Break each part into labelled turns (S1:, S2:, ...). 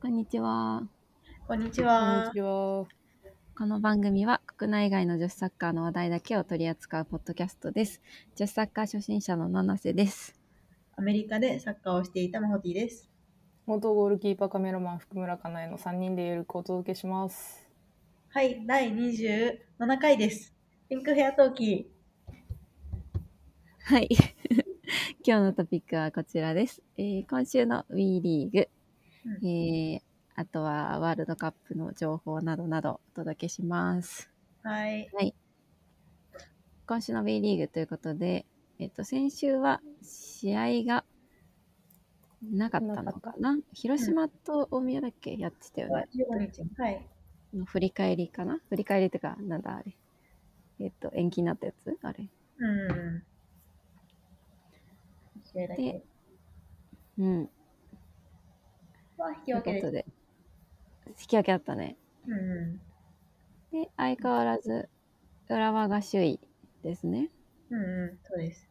S1: こんにちは。
S2: こんにち
S3: こん
S2: は
S3: に。ちは。
S1: この番組は国内外の女子サッカーの話題だけを取り扱うポッドキャストです。女子サッカー初心者の七瀬です。
S2: アメリカでサッカーをしていたマホティです。
S3: 元ゴールキーパーカメラマン福村かなえの三人でゆるくお届けします。
S2: はい、第27回です。ピンクヘアトーキ
S1: はい。 今日のトピックはこちらです。えー今週の WE リーグ、
S2: う
S1: えーあとはワールドカップの情報などなどお届けします。
S2: ー。はい。
S1: 今週の WE リーグということで、えっと、先週は試合がなかったのかな広島と大宮だっけ、やってたよね。
S2: 15日。はい。
S1: の振り返りかな振り返りってか、なんだあれ。えっと、延期になったやつあれ。
S2: うん。試合だけ
S1: で。うん。
S2: は引
S1: と
S2: き
S1: いう
S2: 分
S1: こ
S2: けです
S1: と。で、引き分けあったね。
S2: うん。
S1: で、相変わらず、浦和が首位ですね。
S2: うんうん。そうです。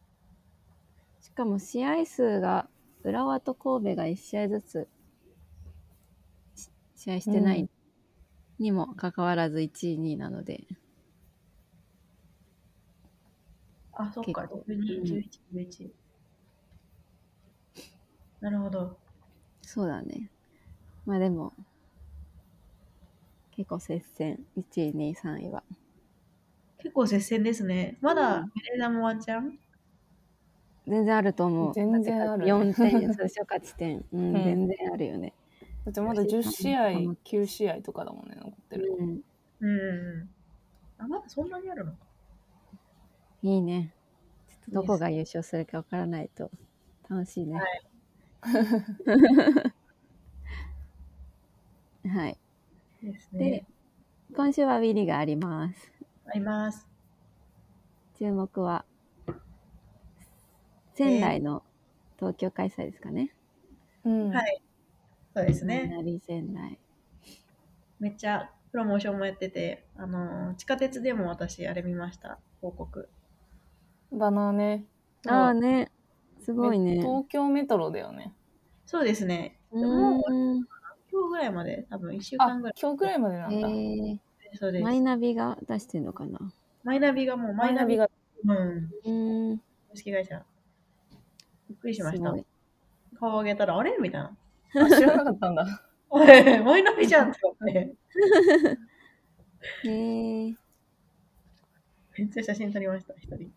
S1: しかも試合数が、浦和と神戸が1試合ずつ、し試合してな
S3: う
S1: いにもかかわらず1位、2位なので、
S2: あ、そっか。
S1: 結構
S2: 12、11、11。なるほど。
S1: そうだね。まあでも、結構接戦、1位、2位、3位は。
S2: 結構接戦ですね。ま
S1: う
S2: だベレーダもワンチャン
S1: 全然あると思う。
S3: 全然ある
S1: 4点、最初勝ち点。うん、
S3: うん
S1: 全然あるよね。
S3: だってまだ10試合、9試合とかだもんね、残ってる。
S1: うん、
S2: うんうん。あ、まだそんなにあるのか。
S1: いいね。ちょっとどこが優勝するかわからないと楽しいね。 はい。
S2: です
S1: で
S2: ね。、
S1: 今週はウィリがあります。
S2: あります。
S1: 注目は、仙台の東京開催ですかね。
S3: うん。
S2: はいそうですね。
S1: ナビ仙台。
S2: めっちゃプロモーションもやってて、あのー地下鉄でも私、あれ見ました、報告。
S3: バナーね。
S1: ああ
S2: そう
S1: ね、すごいね。
S3: 東京メトロだよね。
S2: そうですね。
S1: う
S2: もう
S1: ーん。
S2: 今日ぐらいまで、多分1週
S3: あ
S2: 間ぐらい、
S3: 今日ぐらいまでなんだ。
S1: え
S2: で、そうで
S1: ー、
S2: す。
S1: マイナビが出してんのかな。
S2: マイナビがもう、マイナビが、
S3: が。
S2: う
S1: う
S2: ん、
S1: ーん。
S2: 公式会社。びっくりし
S1: す
S2: ました
S1: ご。い。
S2: 顔上げたら、あれみたいな。
S3: あ知らなかったんだ。
S2: おいマイナビじゃんって思って、
S1: へー
S2: めっちゃ写真撮りました、一人。
S3: い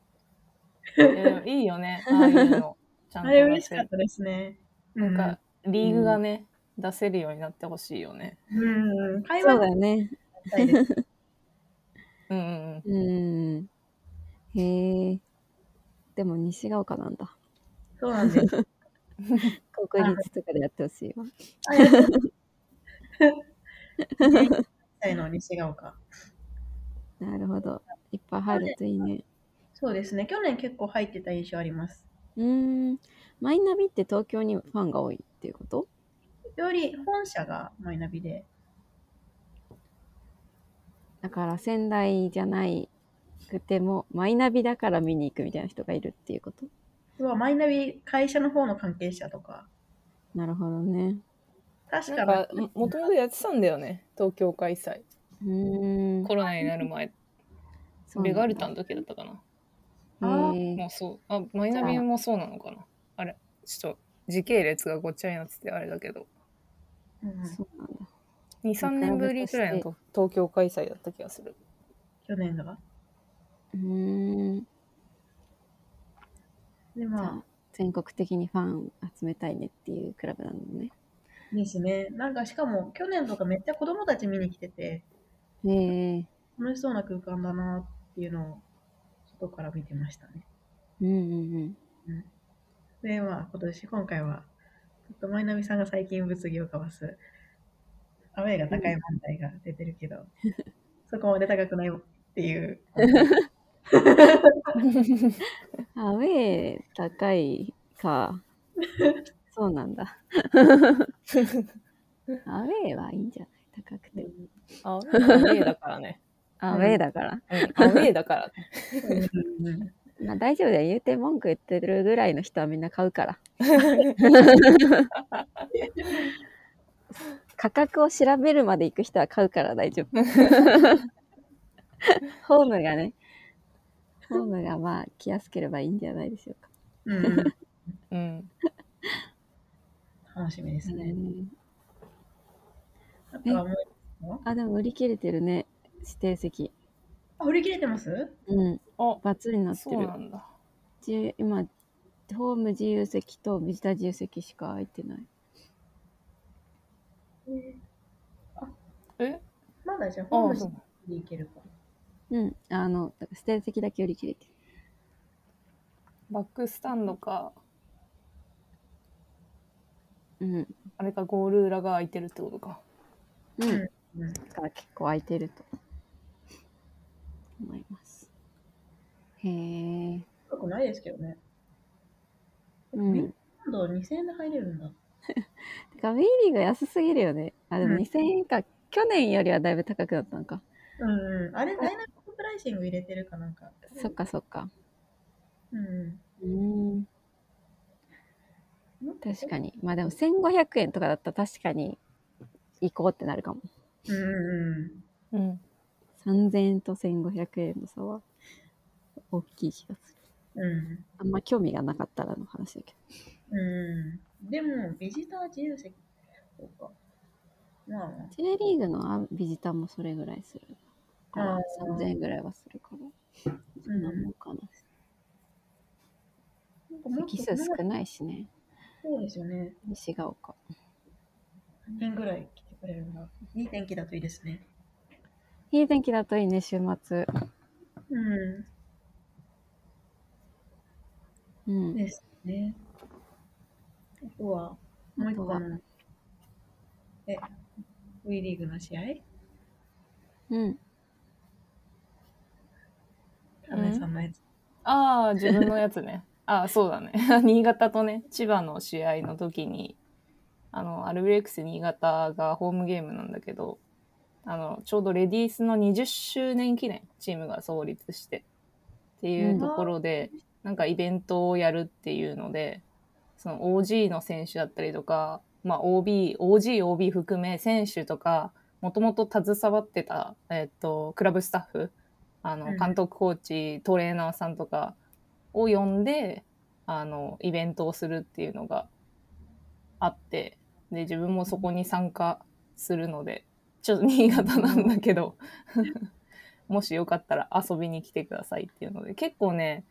S3: やでもいいよね、ああいうの。ちゃん
S2: あ
S3: と
S2: れ
S3: 出
S2: 嬉し
S3: せ
S2: かっ
S3: る。
S2: たですね。
S3: なんか、リーグがね、出せるようになってほしいよね。
S2: うん、うん、会
S1: そ
S2: 話
S1: うだ
S2: が
S1: よね。
S2: したいです。
S3: うんうんうん。
S1: うん。へえ。でも西が丘なんだ。
S2: そうなんです。
S1: 国立とかでやってほしいわ。
S2: あやったねしたいの西が丘。
S1: なるほど。いっぱい入るといいね。
S2: そうですね。去年結構入ってた印象あります。
S1: うん。マイナビって東京にファンが多いっていうこと
S2: より本社がマイナビで。
S1: だから仙台じゃないくてもマイナビだから見に行くみたいな人がいるっていうこと
S2: うわマイナビ会社の方の関係者とか。
S1: なるほどね。
S2: 確
S3: な
S2: か
S3: んか、
S2: に。
S3: もともとやってたんだよね、東京開催。
S1: うん。
S3: コロナになる前、
S1: そうなん
S3: ベ
S1: だ
S3: ガルタの時だったかな。
S1: へえ
S3: もうそう。あ、マイナビもそうなのかな。あれ、ちょっと時系列がごっちゃになっててあれだけど、
S2: うん
S1: そうなんだ。
S3: 2、3年ぶりくらいのと東京開催だった気がする。
S2: 去年が。
S1: うん。
S2: で、
S1: じゃ
S2: ま
S1: あ全国的にファン集めたいねっていうクラブなのね。
S2: あ、ですね。なんかしかも、去年とかめっちゃ子供たち見に来てて、
S1: へえ。
S2: 楽しそうな空間だなっていうのを、外から見てましたね。
S1: うんうんうん。
S2: で、まあ、今年、今回は、ちょっとマイナビさんが最近物議を交わす、アウェイが高い問題が出てるけ ど、そこまで高くないっていう。
S1: アウェー高い か。そうなん だ。アウェーはいいんじゃない高くても。
S3: あ、アウェイだからね。
S1: アウェーだから。
S3: うん、アウェイだから。
S1: まあ大丈夫だよ。言うて文句言ってるぐらいの 人はみんな買うから。価格を調べるまで行く人は買うから大丈 夫。ホームがね、ホームがまあ、来やすければいいんじゃないでしょうか。
S2: うん。
S3: うん。
S2: 楽しみですね。あとはもう一個
S1: あ、でも売り切れてるね、指定席。
S2: あ、売り切れてます
S1: うん、
S3: あ、
S1: バツになって
S3: そう
S1: る
S3: な。んだ。
S1: 自由今、ホーム自由席とビジター自由席しか空いてない。
S3: え
S2: まだじゃあ、
S3: あ
S2: ホーム
S3: そう
S2: に行けるか。
S1: うん、あの、だから指定席だけ売り切れてる。
S3: バックスタンドか、
S1: うん、
S3: あれかゴール裏が空いてるってことか。
S1: うん、
S2: うんうん
S1: だから結構空いてると思います。へえ、
S2: よくないですけどね。
S1: うん。
S2: 今度2000円で入れるんだ。
S1: てか、ウィーリーが安すぎるよね。あ、でも
S2: うん
S1: 2000円か。去年よりはだいぶ高くなったのか。
S2: うんうん。あれ、ダイナミックプライシング入れてるかなんか。
S1: そっかそっか。
S2: うんう
S1: うん。
S2: ん。
S1: 確かに。まあでも1500円とかだったら確かに行こうってなるかも。
S2: に。うんうんうん。
S3: うん。
S1: 3000円と1500円の差は大きい気がする。
S2: うん
S1: あんま興味がなかったらの話だけ
S2: うん。でも、ビジター自由席とか。まあまあ、
S1: ど。J リーグのあビジターもそれぐらいするから
S2: あ、
S1: 3000円ぐらいはするから。そんなもんかな。
S2: なんかもっと
S1: 席数少ないしね。
S2: そうですよね。
S1: 西が丘。
S2: 何人ぐらい来てくれるんだ。いい天気だといいですね。
S1: いい天気だといいね、週末。
S2: う
S1: うん。
S2: ですね。あとは、もう一個
S1: あと
S2: の、え、ウィリーグの試合
S1: うん。
S2: 田辺さんのやつ。
S3: ああ、自分のやつね。 ああ、そうだね。新潟とね、千葉の試合の時に、あの、アルブレックス新潟がホームゲームなんだけど、あの、ちょうどレディースの20周年記念、チームが創立して、っていうところで、なんかイベントをやるっていうので、その OG の選手だったりとか、まあ OB、OG、OB 含め選手とか、もともと携わってた、えっと、クラブスタッフ、あ
S2: う
S3: の、
S2: ん
S3: 監督、コーチ、トレーナーさんとかを呼んで、あの、イベントをするっていうのがあって、で、自分もそこに参加するので、ちょっと新潟なんだけど、 もしよかったら遊びに来てくださいっていうので、結構ね、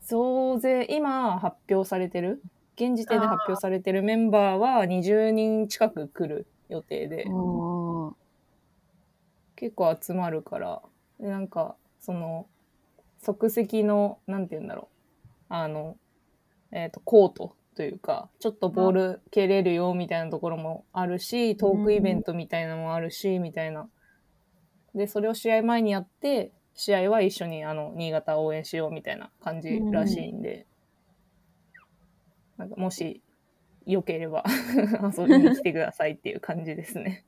S3: 総勢、今発表されてる、現時点で発表されてるメンバーは20人近く来る予定で、
S1: おー
S3: 結構集まるから、でなんか、その、即席の、なんて言うんだろう、あの、えっ、と、コートというか、ちょっとボール蹴れるよみたいなところもあるし、トークイベントみたいなのもあるし、みたいな。で、それを試合前にやって、試合は一緒にあの、新潟応援しようみたいな感じらしいんで、なんか、もし、良ければ 遊びに来てくださいっていう感じですね。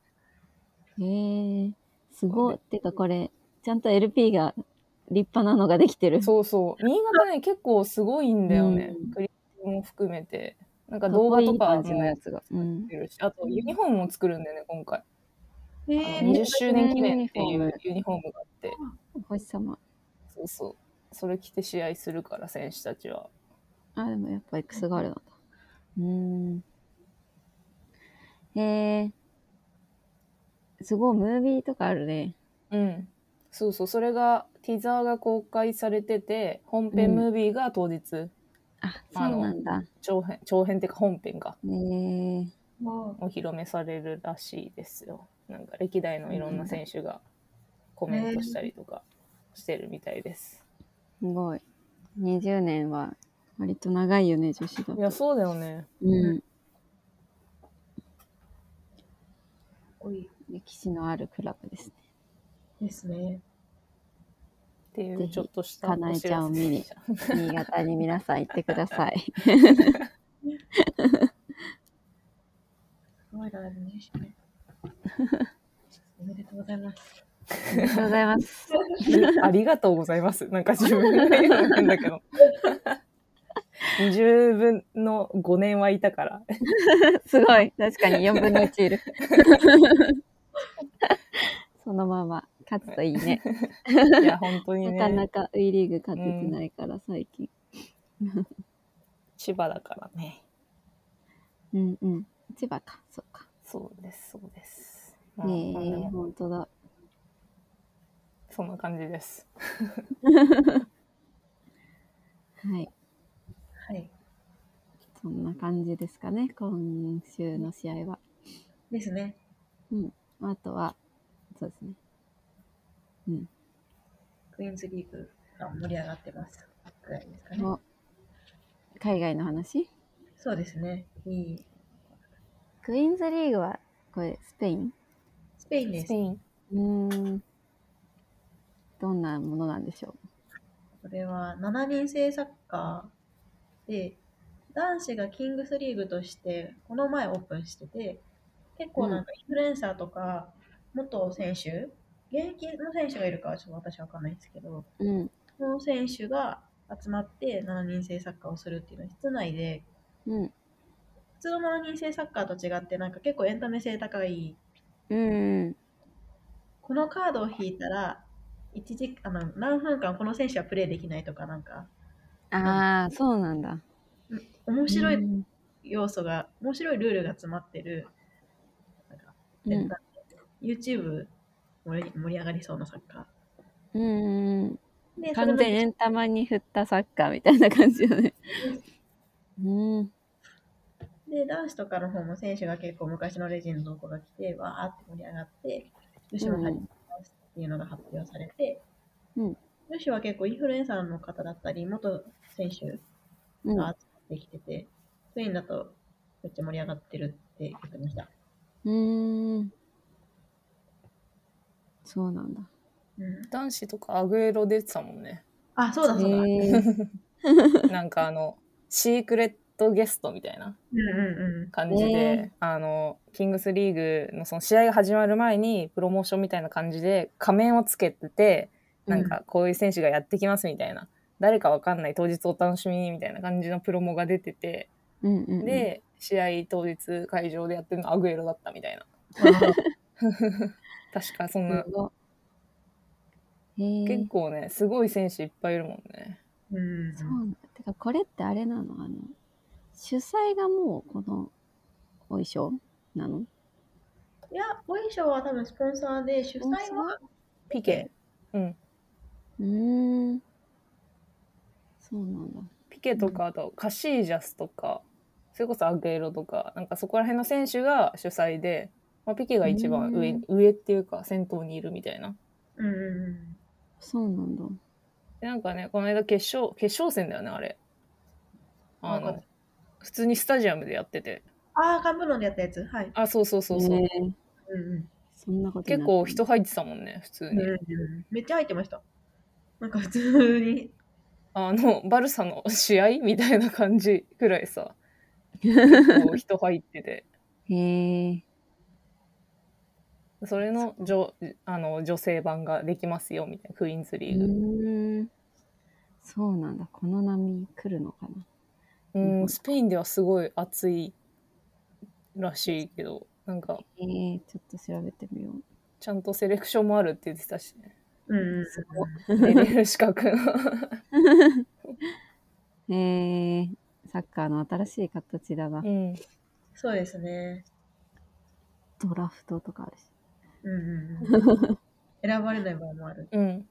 S1: へえ、すごい。てかこれ、ちゃんと LP が立派なのができてる。
S3: そ うそう。新潟ね、結構すごいんだよね。
S1: うん
S3: クリップも含めて。なん
S1: か
S3: か
S1: っ
S3: 動
S1: こ
S3: 画
S1: いい
S3: とかも
S1: 感じのやつが。うん。
S3: 出るし、あとユニフォームも作るんだよね、今回。
S2: え
S3: あ
S2: ー
S3: の20周年記念って
S1: ユニフォー
S3: い
S1: ム
S3: うユニフォームがあって、
S1: お星様。
S3: そうそう。それ着て試合するから、選手たちは。
S1: あ、でもやっぱ X ガールなんだ。うーん。へえ、すごい、ムービーとかあるね。
S3: うん。そうそう。それが、ティザーが公開されてて、本編ムービーが当日、
S1: あ、そうなんだ。
S3: 長編、長編っていうか本編が
S1: ね
S2: わ
S3: お披露目されるらしいですよ。なんか歴代のいろんな選手がコメントしたりとかしてるみたいです。
S1: え、すごい。20年は割と長いよね、女子だ
S3: い
S1: と。
S3: や、そうだよね。
S1: うん。
S2: あ、かっこいい
S1: 歴史のあるクラブですね。
S2: ですね。
S3: ってい
S1: ぜ
S3: う、
S1: ひ
S3: ちょっとした
S1: かなえちゃんを見に
S3: お知らせでした
S1: 新潟に皆さん行ってください。
S2: すごいな、でもいいし ねおめでとうございます。
S1: ありがとうございます。
S3: ありがとうございます。なんか自分が言うんだけど。 20分の5年はいたから。
S1: すごい。確かに4分の1いる。 そのまま勝つといいね。
S3: いや、本当に
S1: なかな
S3: ね、
S1: か WE リーグ勝ててないから最近。
S3: 千葉だからね。
S1: うんうん。千葉か。そっか。
S3: そうです、そうです。まあ
S1: ね
S3: まあで
S1: え、
S3: も
S1: 本当だ。
S3: そんな感じです。
S1: はい。
S2: はい。
S1: そんな感じですかね。今週の試合は。
S2: ですね。
S1: あとは、そうですね。うん。
S2: クイーンズリーグが盛り上がってます。ぐらいですかね。
S1: お海外の話
S2: そうですね。いい。
S1: クイーンズリーグは、これ、スペイン
S2: スペインで
S3: ス
S2: す
S3: ペ。イン。
S1: うーん。どんなものなんでしょ
S2: これは7人制サッカーで、男子がキングスリーグとして、この前オープンしてて、結構なんかインフルエンサーとか、元選手、現役の選手がいるかはちょっと私はわかんないんですけど、
S1: ううん。
S2: その選手が集まって7人制サッカーをするっていうのは室内で、
S1: うん。
S2: 普通の7人制サッカーと違ってなんか結構エンタメ性高い、
S1: うん。
S2: このカードを引いたら、一時あの何分間この選手はプレーできないとかなんか
S1: ああ、そうなんだ。
S2: 面白い
S1: うん
S2: 要素が、面白いルールが詰まってる、なんか、エンタ YouTube 盛り盛り上がりそうなサッカ
S1: うん。うん。
S2: ー。で、
S1: 完全
S2: そ
S1: エンタマに振ったサッカーみたいな感じよね。うん。
S2: れもで、男子とかの方も選手が結構昔のレジェンドの子が来て、わーって盛り上がって、女子も入りますっていうのが発表されて、
S1: うん
S2: 女子は結構インフルエンサーの方だったり、元選手
S1: うん。
S2: が集まってきてて、そういうのだとめっちゃ盛り上がってるって言ってました。
S1: うーん。そうなんだ。
S2: うん、
S3: 男子とかアグエロ出てたもんね。
S2: あ、そうだそうだ。うん
S1: へー
S3: なんかあの、シークレットゲストみたいな
S2: うんうん。
S3: 感じで、
S1: ね
S3: あの、キングスリーグのその試合が始まる前に、プロモーションみたいな感じで仮面をつけてて、なんかこういう選手がやってきますみたいな。誰かわかんない当日お楽しみにみたいな感じのプロモが出てて、
S1: うんうんうん、
S3: で、試合当日会場でやってるのアグエロだったみたいな。確かそんな
S1: す、ごいへえ
S3: 結構ね、すごい選手いっぱいいるもんね。
S2: うん
S1: そうなんだ。てか、これってあれなのあの、主催がもうこのお衣装なの
S2: いや、お衣装は多分スポンサーで、主催
S1: スポン
S2: は
S3: ピケ。うん。
S1: うーん。そうなんだ。
S3: ピケとか、あとカシージャスとか、それこそアグエロとか、なんかそこら辺の選手が主催で、まあ、ピケが一番上、
S1: うん
S3: 上っていうか先頭にいるみたいな。
S2: うんうん
S1: そうなんだ。
S3: でなんかね、この間決勝、決勝戦だよね、あれ。あ
S2: なん
S3: の
S2: か、
S3: 普通にスタジアムでやってて。
S2: ああ、カンプノンでやったやつ。はい。
S3: あ、そうそうそうそう。
S1: へえ
S2: うん
S1: そんなことに
S3: 結
S1: な
S3: 構
S1: ってん
S3: 人入ってたもんね、普通
S2: うん
S3: に。
S2: うん、めっちゃ入ってました。なんか普通に。
S3: あの、バルサの試合みたいな感じくらい さ、結構人入ってて。
S1: だへえ
S3: それの女あの女性版ができますよみたいなクイーンズリ
S1: う
S3: ーグ、
S1: ーん。そうなんだ。この波来るのかな。
S3: うんスペインではすごい熱いらしいけどなんか
S1: ええちょっと調べてみよう。
S3: ちゃんとセレクションもあるって言ってたし、 ね、
S2: うんうん。
S1: すご
S3: 出れる資格の
S1: ええサッカーの新しい形だな
S3: う。ん
S2: そうですね。
S1: ドラフトとかあるし。
S2: うんうんうん。選ばれない場合もある。
S3: うん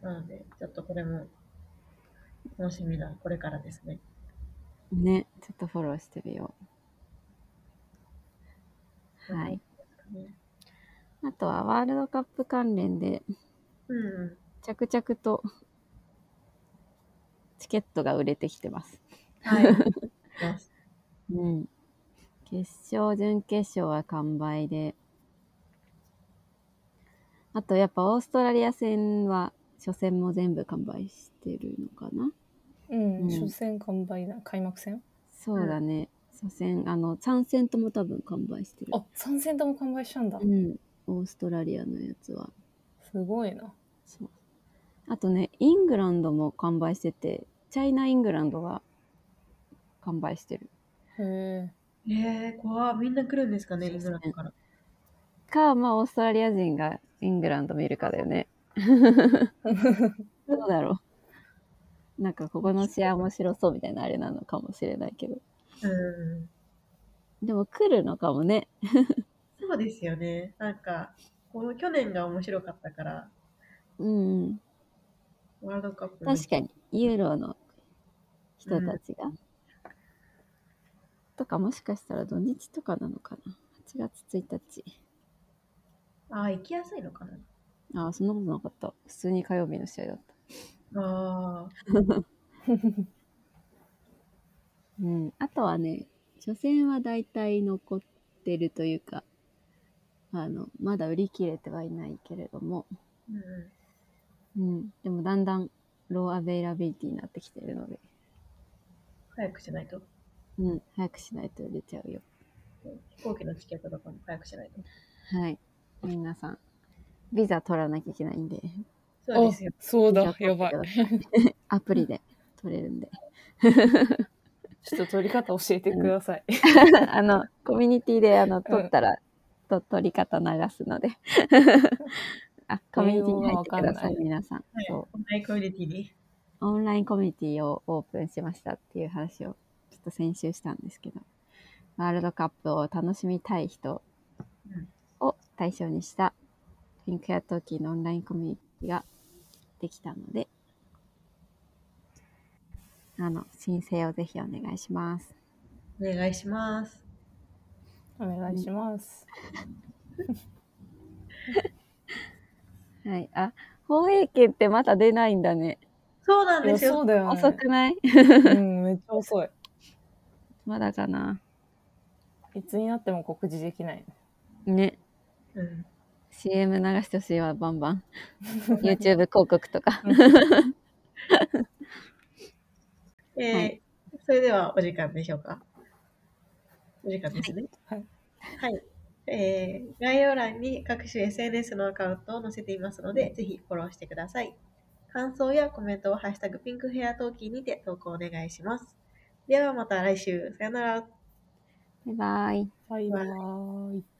S2: なので、ちょっとこれも楽しみだ。これからですね。
S1: ね、ちょっとフォローしてみよう。はい。あとはワールドカップ関連で
S2: うんう
S1: 着々とチケットが売れてきてます。
S2: ん。はい。
S1: うん。決勝、準決勝は完売で。あとやっぱオーストラリア戦は初戦も全部完売してるのかな
S3: うん、
S1: うん
S3: 初戦完売だ開幕戦
S1: そうだね。初戦、あの、3戦とも多分完売してる。
S3: あ三3戦とも完売したんだ、
S1: うん。オーストラリアのやつは。
S3: すごいな
S1: そう。あとね、イングランドも完売してて、チャイナイングランドが完売してる。
S3: へ
S2: えー、怖っみんな来るんですかね、
S1: そうで
S2: イン
S1: す
S2: グ
S1: ね
S2: ランドから。
S1: か、まあ、オーストラリア人がイングランド見るかだよね。どうだろう。なんか、ここの試合面白そうみたいなあれなのかもしれないけど。
S2: うん。
S1: でも、来るのかもね。
S2: そうですよね。なんか、この去年が面白かったから、
S1: うんうん。
S2: ワールドカップの
S1: 確かに、ユーロの人たちが。とか、もしかしたら土日とかなのかな。8月1日。
S2: ああ、行きやすいのかな。
S1: ああ、そんなことなかった。普通に火曜日の試合だった。
S2: ああ、
S1: うん。あとはね、初戦は大体残ってるというか、あの、まだ売り切れてはいないけれども、
S2: うんう
S1: うん。でもだんだんローアベイラビリティになってきてるので、
S2: ん。早くしないと。
S1: うん。早くしないと売れちゃうよ。
S2: 飛行機のチケットとかも早くしないと。
S1: はい。皆さん、ビザ取らなきゃいけないんで、
S2: そうですよ。
S3: そう
S1: ビザ
S3: だ、
S1: 取
S3: や
S1: って
S3: ばい
S1: く。ださい。 アプリで取れる んで。
S3: ちょっと取り方教えてください。
S1: あの、コミュニティで、あの、撮ったら、と撮り方流すので。 あ、コミュニティに入ってください、皆さん。
S2: はい、
S1: そう
S2: オンラインコミュニティに。
S1: オンラインコミュニティをオープンしましたっていう話を、ちょっと先週したんですけど、ワールドカップを楽しみたい人を対象にした、ピンクやトーキーのオンラインコミュニティができたので、あの、申請をぜひお願いします。
S2: お願いします。
S3: お願いします。
S1: はい。あ、放映権ってまだ出ないんだね。
S2: そうなん
S3: い
S2: で
S3: や
S2: す
S3: そ
S2: よ。
S3: うだよね。
S1: 遅くない
S3: うん、めっちゃ遅い。
S1: まだかな。
S3: いつになっても告示できない。
S1: ね。
S2: うん。
S1: CM 流してほしいわ、バンバン。YouTube 広告とか。
S2: えー
S1: はい
S2: それではお時間でしょうか。お時間ですね。
S3: はい。
S2: はい。えー概要欄に各種 SNS のアカウントを載せていますので、ぜひフォローしてください。感想やコメントはハッシュタグピンクヘアトーキーにて投稿お願いします。ではまた来週。さよなら。
S1: バイバイ。
S3: バイバーイ。